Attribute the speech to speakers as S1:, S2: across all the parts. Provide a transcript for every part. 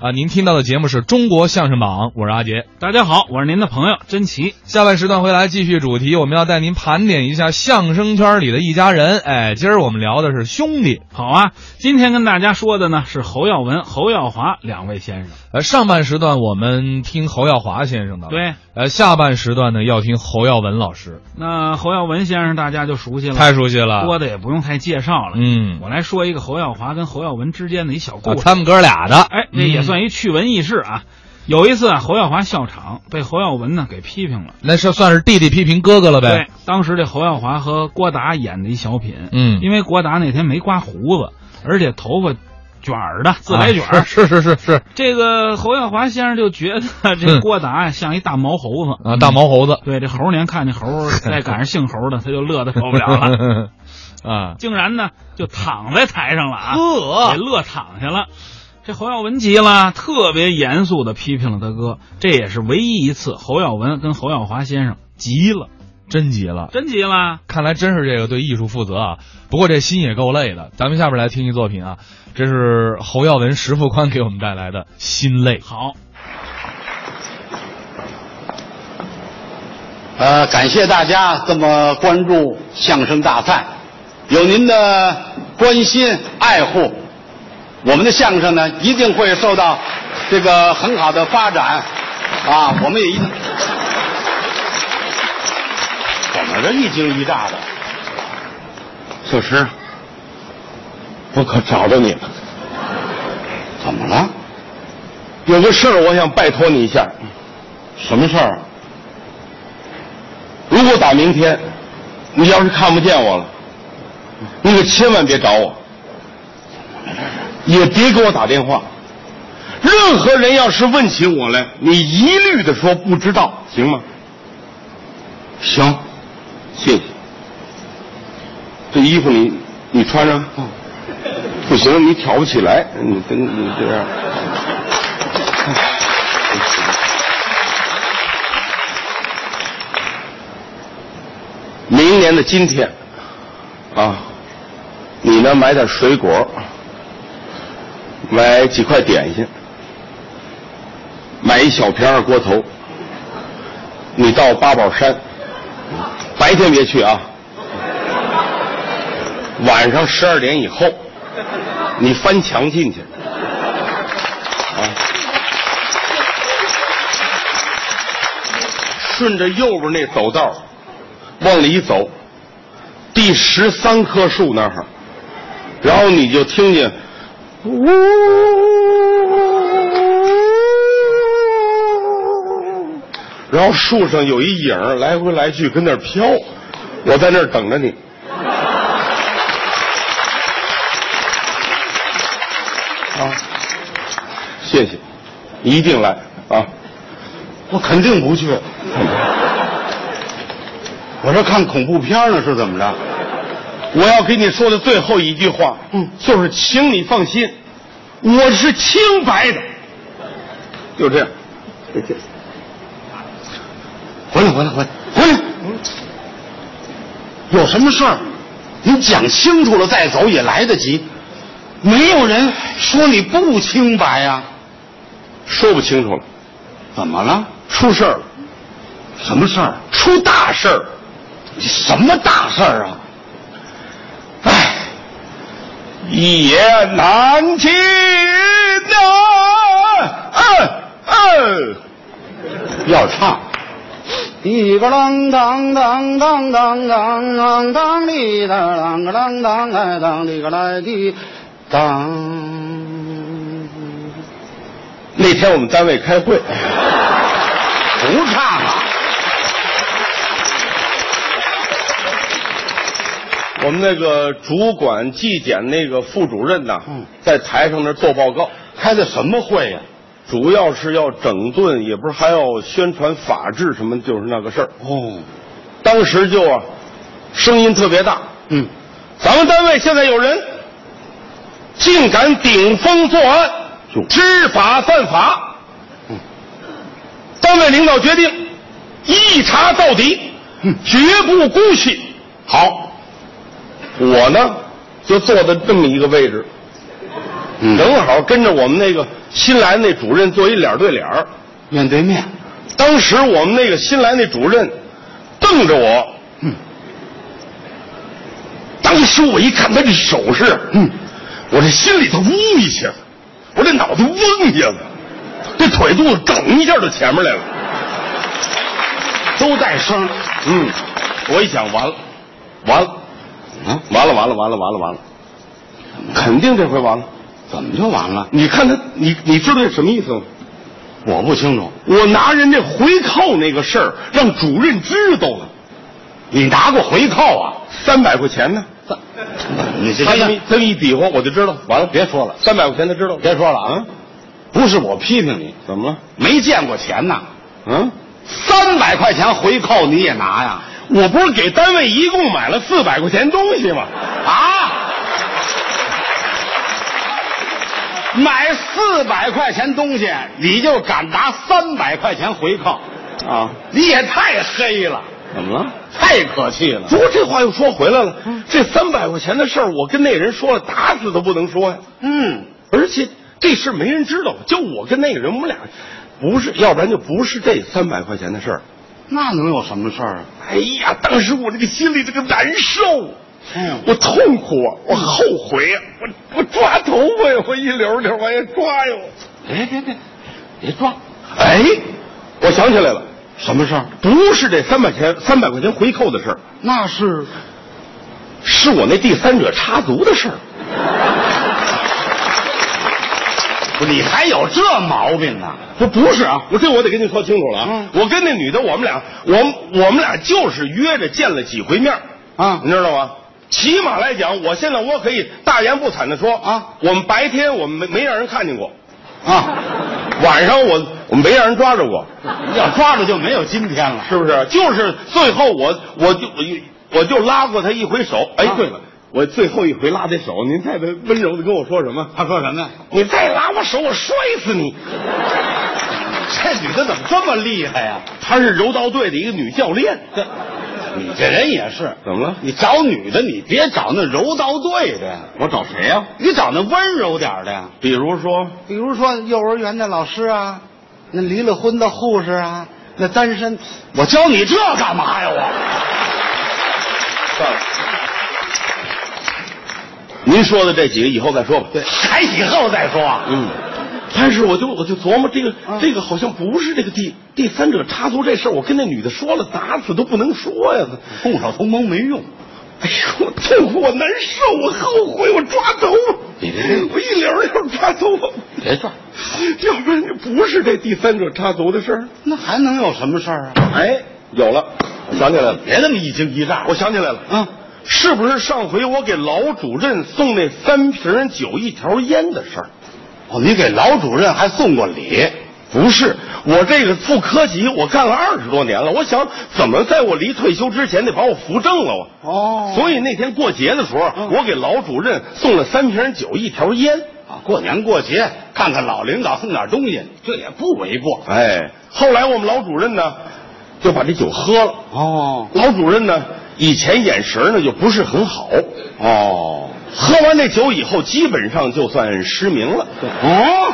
S1: 啊、您听到的节目是中国相声榜，我是阿杰。
S2: 大家好，我是您的朋友甄奇。
S1: 下半时段回来继续主题，我们要带您盘点一下相声圈里的一家人。哎，今儿我们聊的是兄弟。
S2: 好啊，今天跟大家说的呢是侯耀文、侯耀华两位先生。
S1: 呃，上半时段我们听侯耀华先生的，，
S2: 对，
S1: 呃，下半时段呢要听侯耀文老师，
S2: 那侯耀文先生大家就熟悉了，
S1: 太熟悉了。
S2: 多的也不用太介绍了。
S1: 嗯，
S2: 我来说一个侯耀华跟侯耀文之间的一小
S1: 啊
S2: 故事。
S1: 他们哥俩的，
S2: 哎，这也
S1: 嗯、
S2: 算一趣闻轶事啊。有一次啊，侯耀华笑场，被侯耀文呢给批评了。
S1: 那是算是弟弟批评哥哥了呗。
S2: 对，当时这侯耀华和郭达演的一小品，
S1: 嗯，
S2: 因为郭达那天没刮胡子，而且头发卷儿的自来卷儿。
S1: 啊是是是是是
S2: 这个侯耀华先生就觉得这郭达呀像一大毛猴子
S1: 嗯啊，大。毛猴子
S2: 对，这猴年看见猴儿，再赶上姓猴的，他就乐得受不了 了，
S1: 啊，
S2: 竟然呢就躺在台上了啊。给
S1: 呵，
S2: 乐躺下了。这侯耀文急了，特别严肃的批评了他哥，这也是唯一一次侯耀文跟侯耀华先生急了，
S1: 真急了。
S2: 真急了。
S1: 看来真是这个对艺术负责啊。不过这心也够累的。咱们下边来听一作品啊，这是侯耀文、石富宽给我们带来的《心累》。
S2: 好，
S3: 呃，感谢大家这么关注相声大赛，有您的关心爱护，我们的相声呢一定会受到这个很好的发展，啊，我们也一 定。怎么着一惊一乍的？小石，
S4: 我可找着你了，
S3: 怎么了？
S4: 有个事儿我想拜托你一下。
S3: 什么事儿？
S4: 如果打明天，你要是看不见我了，你可千万别找我，也别给我打电话。任何人要是问起我来，你一律的说不知道，行吗？
S3: 行，
S4: 谢谢。这衣服你你穿上，嗯不行你挑不起来，你跟你这样。明年的今天，啊，你呢买点水果，买几块点心，买一小瓶二锅头，你到八宝山，白天别去啊，晚上十二点以后，你翻墙进去。啊，顺着右边那走道儿往里走，第十三棵树那儿，然后你就听见呜。然后树上有一影儿来回来去跟那儿飘，我在那儿等着你。啊，谢谢，一定来啊！
S3: 我肯定不去。我这看恐怖片呢，是怎么着？
S4: 我要给你说的最后一句话，嗯，就是请你放心，我是清白的。就这样，
S3: 回来，回来，回来，回来！嗯有什么事儿，你讲清楚了再走也来得及。没有人说你不清白呀、
S4: 说不清楚了，
S3: 怎么了？
S4: 出事儿了，
S3: 什么事儿？
S4: 出大事儿了。
S3: 你什么大事儿啊？
S4: 唉，也难听啊！嗯嗯，
S3: 要唱。
S5: 一个啷当当当当当当当哩当啷个啷当哎当哩个来的当。
S4: 那天我们单位开会，
S3: 不唱了。
S4: 我们那个主管纪检那个副主任呐，
S3: 嗯
S4: 在台上那儿做报告，
S3: 开的什么会呀、
S4: 主要是要整顿，也不是还要宣传法治什么，就是那个事儿。
S3: 哦，
S4: 当时就啊，声音特别大，
S3: 嗯，
S4: 咱们单位现在有人竟敢顶风作案
S3: 哟，
S4: 知法犯法。
S3: 嗯
S4: 单位领导决定一查到底，
S3: 嗯
S4: 绝不姑息。好，我呢就坐在这么一个位置，
S3: 嗯
S4: 正好跟着我们那个新来那主任做一脸对脸儿
S5: 面对面，
S4: 当时我们那个新来那主任瞪着我，
S5: 嗯
S4: 当时我一看他这手势，
S5: 嗯，
S4: 我这心里头呜一下，我这脑子嗡一下子，这腿肚子整一下就前面来了，都带声儿。嗯，我一想，完了，完了，嗯
S5: 啊，
S4: 完了，完了，完了，完了，完了，肯定这回完了。
S5: 怎么就完了？
S4: 你看他，你你知道这什么意思吗？
S5: 我不清楚，
S4: 我拿人家回扣那个事儿让主任知道了，
S5: 你拿过回扣啊？
S4: 三百块钱呢。
S5: 你这
S4: 他这么一这么一比划，我就知道完了。
S5: 别说了，
S4: 三百块钱他知道，嗯
S5: 别说了啊！不是我批评你，
S4: 怎么了？
S5: 没见过钱呐，
S4: 嗯，
S5: 三百块钱回扣你也拿呀？
S4: 我不是给单位一共买了四百块钱东西吗？
S5: 啊！买四百块钱东西，你就敢拿三百块钱回扣，
S4: 啊，
S5: 你也太黑了，
S4: 怎么了？
S5: 太可气了嗯
S4: 不。过这话又说回来了，这三百块钱的事儿，我跟那人说了，打死都不能说呀。
S5: 嗯，
S4: 而且这事儿没人知道，就我跟那个人，我们俩不是，要不然就不是这三百块钱的事儿。
S5: 那能有什么事儿啊？
S4: 哎呀，当时我这个心里这个难受，
S5: 嗯
S4: 我痛苦啊，我后悔啊，我我抓头发呀，我一绺绺往下抓哟。
S5: 别别别，别装，
S4: 哎，我想起来了，
S5: 什么事儿？
S4: 不是这三百钱三百块钱回扣的事儿，
S5: 那是
S4: 是我那第三者插足的事儿。
S5: 不你还有这毛病呢？
S4: 不不是啊，我这我得跟你说清楚了啊！
S5: 嗯
S4: 我跟那女的，我们俩，我们我们俩就是约着见了几回面儿
S5: 啊
S4: 你知道吗？起码来讲，我现在我可以大言不惭的说
S5: 啊，
S4: 我们白天我们没没让人看见过，
S5: 啊，
S4: 晚上我我没让人抓着过，
S5: 要抓着就没有今天了。
S4: 是不是？就是最后我我就我就我就拉过她一回手，哎，
S5: 啊
S4: 对了，我最后一回拉这手，您太温柔的跟我说什么？
S5: 他说什么呀？
S4: 你再拉我手，我摔死你！
S5: 这女的怎么这么厉害呀、
S4: 她是柔道队的一个女教练，
S5: 你这人也是，
S4: 怎么了？
S5: 你找女的，你别找那柔道队的呀，
S4: 我找谁呀、
S5: 你找那温柔点儿的呀。
S4: 比如说，
S5: 比如说幼儿园的老师啊，那离了婚的护士啊，那单身，我教你这干嘛呀？我
S4: 算了，您说的这几个以后再说吧。对，
S5: 还以后再说啊。
S4: 嗯。但是我就我就琢磨这个、
S5: 啊
S4: 这个好像不是这个第第三者插足这事儿，我跟那女的说了，打死都不能说呀。
S5: 共手同盟没用，
S4: 哎呦，我痛苦，我难受，我后悔，我抓头发，
S5: 别别别
S4: 我一溜溜抓头发，
S5: 别转，
S4: 要不然就不是这第三者插足的事儿。
S5: 那还能有什么事儿啊？
S4: 哎，有了，我想起来了，
S5: 别那么一惊一乍
S4: 我想起来了，
S5: 啊！
S4: 是不是上回我给老主任送那三瓶酒一条烟的事儿？
S5: 哦，你给老主任还送过礼，
S4: 不是，我这个副科级我干了二十多年了，我想怎么在我离退休之前得把我扶正了我。
S5: 哦
S4: 所以那天过节的时候，
S5: 嗯
S4: 我给老主任送了三瓶酒一条烟。
S5: 啊，过年过节看看老领导送点东西，这也不为过。
S4: 哎，后来我们老主任呢，就把这酒喝了。
S5: 哦
S4: 老主任呢，以前眼神呢就不是很好，
S5: 哦
S4: 喝完这酒以后，基本上就算失明了。
S5: 哦，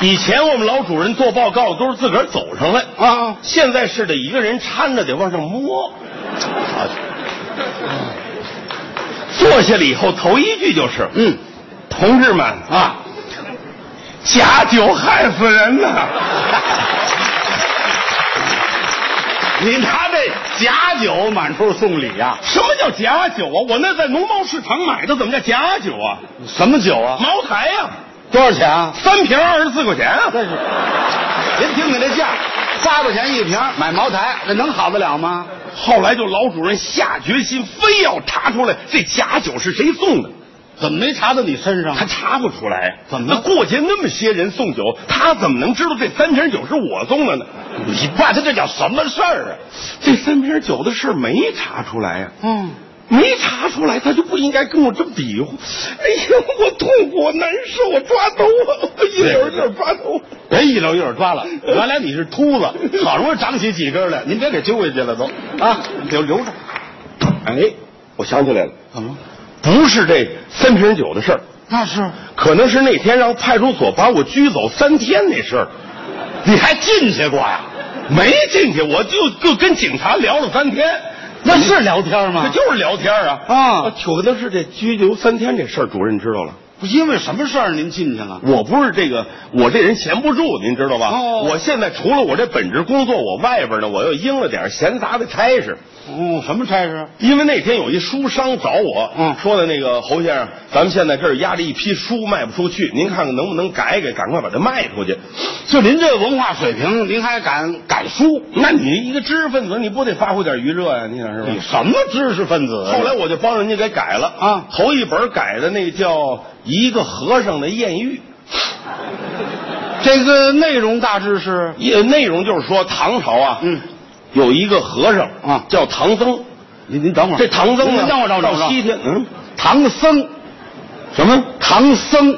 S4: 以前我们老主任做报告都是自个儿走上来
S5: 啊
S4: 现在是得一个人搀着，得往上摸。坐下了以后，头一句就是：“
S5: 嗯，
S4: 同志们啊，假酒害死人呐！
S5: 你拿这假酒满处送礼呀、
S4: 什么叫假酒啊？我那在农贸市场买的，怎么叫假酒啊？
S5: 什么酒啊？
S4: 茅台呀、
S5: 多少钱啊？
S4: 三瓶二十四块钱啊！
S5: 这是，您听听这价，八块钱一瓶买茅台，这能好得了吗？
S4: 后来就老主任下决心，非要查出来这假酒是谁送的。
S5: 怎么没查到你身上
S4: 他查不出来，
S5: 怎么
S4: 那过节那啊么些人送酒，他怎么能知道这三瓶酒是我送的呢？你爸他这叫什么事儿啊？这三瓶酒的事儿没查出来呀、
S5: 嗯，
S4: 没查出来，他就不应该跟我这么比划。哎呦，我痛苦，我难受，我抓头发，我一溜一溜抓头发。
S5: 别一溜一溜抓了，原来你是秃子，好容易长起几根来，您别给揪回去了都啊，留留着。
S4: 哎，我想起来了，
S5: 怎么了？
S4: 不是这三瓶酒的事儿，
S5: 那是
S4: 可能是那天让派出所把我拘走三天那事儿。
S3: 你还进去过呀？
S4: 没进去，我就就跟警察聊了三天。
S5: 那是聊天吗
S4: 这就是聊天啊！
S5: 啊
S4: 糗的是这拘留三天这事儿，主任知道了。
S5: 因为什么事儿您进去了？
S4: 我不是这个，我这人闲不住，您知道吧？
S5: 哦
S4: 我现在除了我这本职工作，我外边呢，我又应了点闲杂的差事。
S5: 哦，什么差事？
S4: 因为那天有一书商找我，
S5: 嗯
S4: 说的那个侯先生，咱们现在这儿压着一批书卖不出去，您看看能不能改一改，赶快把它卖出去。
S5: 就您这文化水平，您还敢敢输？
S4: 那你一个知识分子，你不得发挥点余热呀、你想是吧？
S5: 你什么知识分子啊？
S4: 后来我就帮人家给改了
S5: 啊
S4: 头一本改的那叫《一个和尚的艳遇
S5: 这个内容大致是》，
S4: 也内容就是说唐朝啊，
S5: 嗯，
S4: 有一个和尚
S5: 啊
S4: 叫唐僧，
S5: 您您等会儿，
S4: 这唐僧
S5: 啊
S4: 呢，
S5: 您等会儿，等会儿，等
S4: 到
S5: 会
S4: 西
S5: 儿
S4: 天，嗯，
S5: 唐僧，
S4: 什么
S5: 唐僧，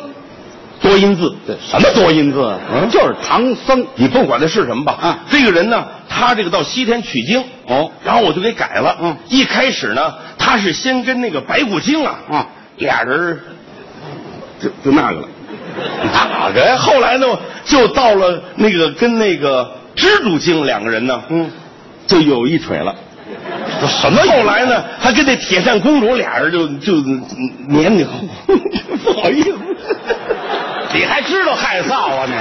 S4: 多音字？对
S5: 什么多音字啊？
S4: 嗯
S5: 就是唐僧。
S4: 你甭管他是什么吧，
S5: 啊
S4: 这个人呢，他这个到西天取经，
S5: 哦
S4: 然后我就给改了，
S5: 嗯
S4: 一开始呢，他是先跟那个白骨精啊，
S5: 啊，
S4: 俩人就就那个了，哪个呀？后来呢，就到了那个跟那个蜘蛛精两个人呢，
S5: 嗯，
S4: 就有一腿了。什么？后来呢？还跟那铁扇公主俩人就就嗯黏黏糊糊， 不好意思，你还知道害臊啊你？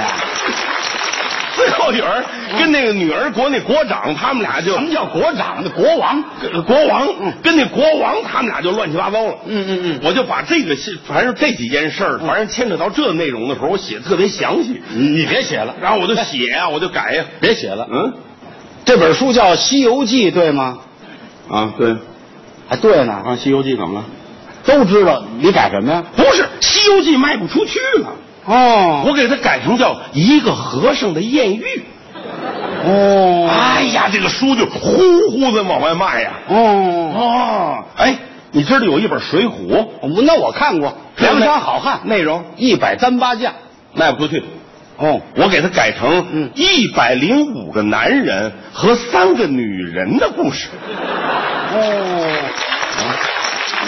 S4: 最后女儿跟那个女儿国那国长，他们俩就什么叫国长？那国王，国王跟那国王，他们俩就乱七八糟了。
S5: 嗯嗯嗯
S4: 我就把这个是，反正这几件事儿，反正牵扯到这内容的时候，我写的特别详细。
S3: 你别写了，
S4: 然后我就写呀、我就改呀、
S3: 别写了。
S4: 嗯，
S5: 这本书叫《西游记》，对吗？
S4: 啊，对，
S5: 还哎对呢，
S4: 《西游记》怎么了？
S5: 都知道。你改什么呀？
S4: 不是，《西游记》卖不出去了，
S5: 哦
S4: 我给它改成叫《一个和尚的艳遇
S5: 哦》。
S4: 哎呀，这个书就呼呼的往外卖呀、
S5: 哦，
S4: 哦，哎，你知道有一本《水浒》，
S5: 我哦那我看过《梁山好汉》，
S4: 内容
S5: 一百单八将。
S4: 卖不出去，
S5: 哦，
S4: 我给它改成
S5: 嗯
S4: 一百零五个男人和三个女人的故事。
S5: 哦，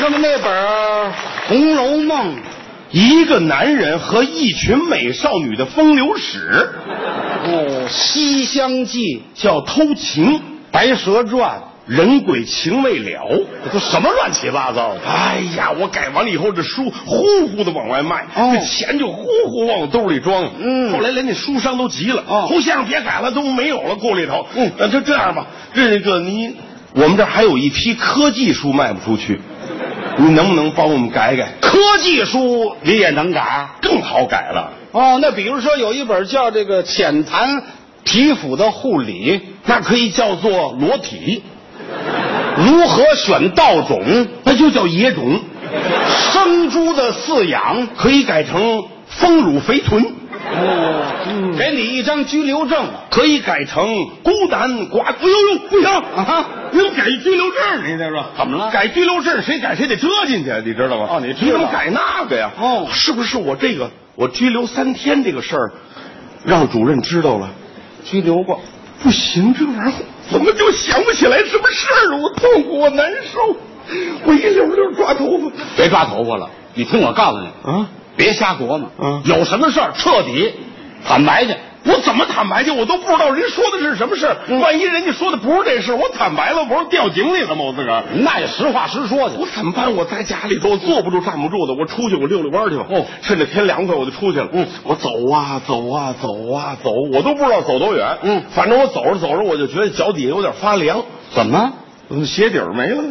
S5: 那么那本儿《红楼梦》，
S4: 一个男人和一群美少女的风流史，
S5: 哦，《西厢记
S4: 叫偷情，》
S5: 《白蛇传
S4: 人鬼情未了。》，
S5: 这什么乱七八糟的？
S4: 哎呀，我改完了以后，这书呼呼的往外卖，
S5: 哦
S4: 这钱就呼呼往我兜里装。
S5: 嗯
S4: 后来连那书商都急了，
S5: 哦
S4: 侯先生别改了，都没有了库里头。呃
S5: 嗯
S4: 那就这样吧，这个你，我们这儿还有一批科技书卖不出去，你能不能帮我们改改？
S5: 科技书你也能改？
S4: 更好改了，
S5: 哦，那比如说有一本叫这个《浅谈皮肤的护理》，
S4: 那可以叫做裸体，
S5: 如何选道种，
S4: 那就叫野种，
S5: 生猪的饲养。
S4: 可以改成丰乳肥臀，
S5: 哦，给你一张拘留证。
S4: 嗯可以改成孤男寡。不呦呦，不行
S5: 啊！
S4: 您改拘留证，您再说
S5: 怎么了
S4: 改拘留证，谁改谁得折进去，啊你知道吗？
S5: 哦你知道
S4: 怎么改那个呀？
S5: 哦
S4: 是不是我这个我拘留三天这个事儿，让主任知道了？
S5: 拘留过。
S4: 不行，这玩意儿怎么就想不起来什么事儿？我痛苦，我难受，我一溜溜抓头发。
S5: 别抓头发了，你听我告诉你，
S4: 啊，
S5: 别瞎琢磨，
S4: 嗯
S5: 有什么事儿彻底坦白去。
S4: 我怎么坦白去？我都不知道人说的是什么事儿。
S5: 嗯
S4: 万一人家说的不是这事儿，我坦白了，我不是掉井里了吗？我自个儿。
S5: 那也实话实说去
S4: 我。怎么办？我在家里头，我坐不住、站不住的，我出去，我溜溜弯儿去吧。
S5: 哦
S4: 趁着天凉快，我就出去了。嗯，我走啊，走啊，走啊，走，我都不知道走多远。
S5: 嗯
S4: 反正我走着走着，我就觉得脚底下有点发凉，
S5: 怎么？
S4: 嗯鞋底儿没了。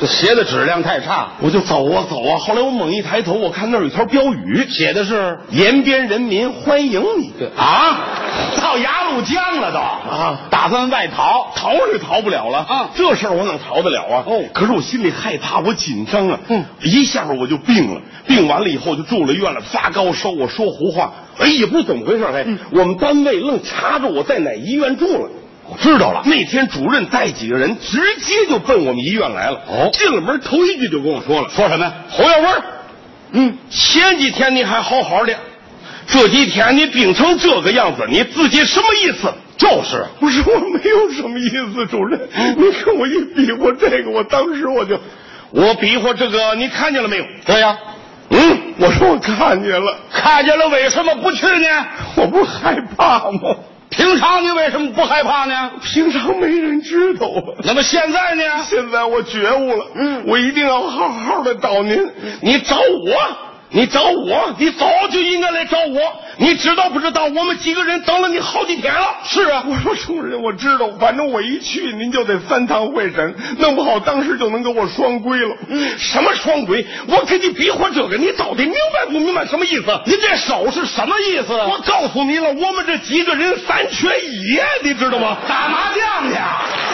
S5: 这鞋的质量太差，
S4: 我就走啊走啊，后来我猛一抬头，我看那儿有一条标语，写的是“延边人民欢迎你”啊，到雅鲁江了都啊，打算外逃，逃是逃不了了
S5: 啊
S4: 这事儿我哪逃得了啊？
S5: 哦
S4: 可是我心里害怕，我紧张啊，
S5: 嗯，
S4: 一下我就病了，病完了以后就住了院了，发高烧，我说胡话，哎，也不知怎么回事，哎，
S5: 嗯
S4: 我们单位愣查着我在哪医院住了。我知道了。那天主任带几个人直接就奔我们医院来了。
S5: 哦
S4: 进了门头一句就跟我说了，
S5: 说什么呀
S4: 侯耀文，
S5: 嗯，
S4: 前几天你还好好的，这几天你病成这个样子，你自己什么意思？就是，啊嗯不是我没有什么意思，主任，你跟我一比划这个，我当时我就，我比划这个，你看见了没有？
S3: 对呀、
S4: 嗯，我说我看见了，
S3: 看见了为什么不去呢？
S4: 我不是害怕吗？
S3: 平常你为什么不害怕呢？
S4: 平常没人知道啊。
S3: 那么现在呢？
S4: 现在我觉悟了，
S3: 嗯
S4: 我一定要好好的找您。你找我，你找我，你早就应该来找我。你知道不知道？我们几个人等了你好几天了。是啊，我说主任，我知道，反正我一去您就得翻堂会审，弄不好当时就能给我双规了。嗯，什么双规？我给你比划这个，你到底明白不明白什么意思？
S3: 您这手是什么意思？啊
S4: 我告诉你了，我们这几个人三缺一呀，你知道吗？
S3: 打麻将去。啊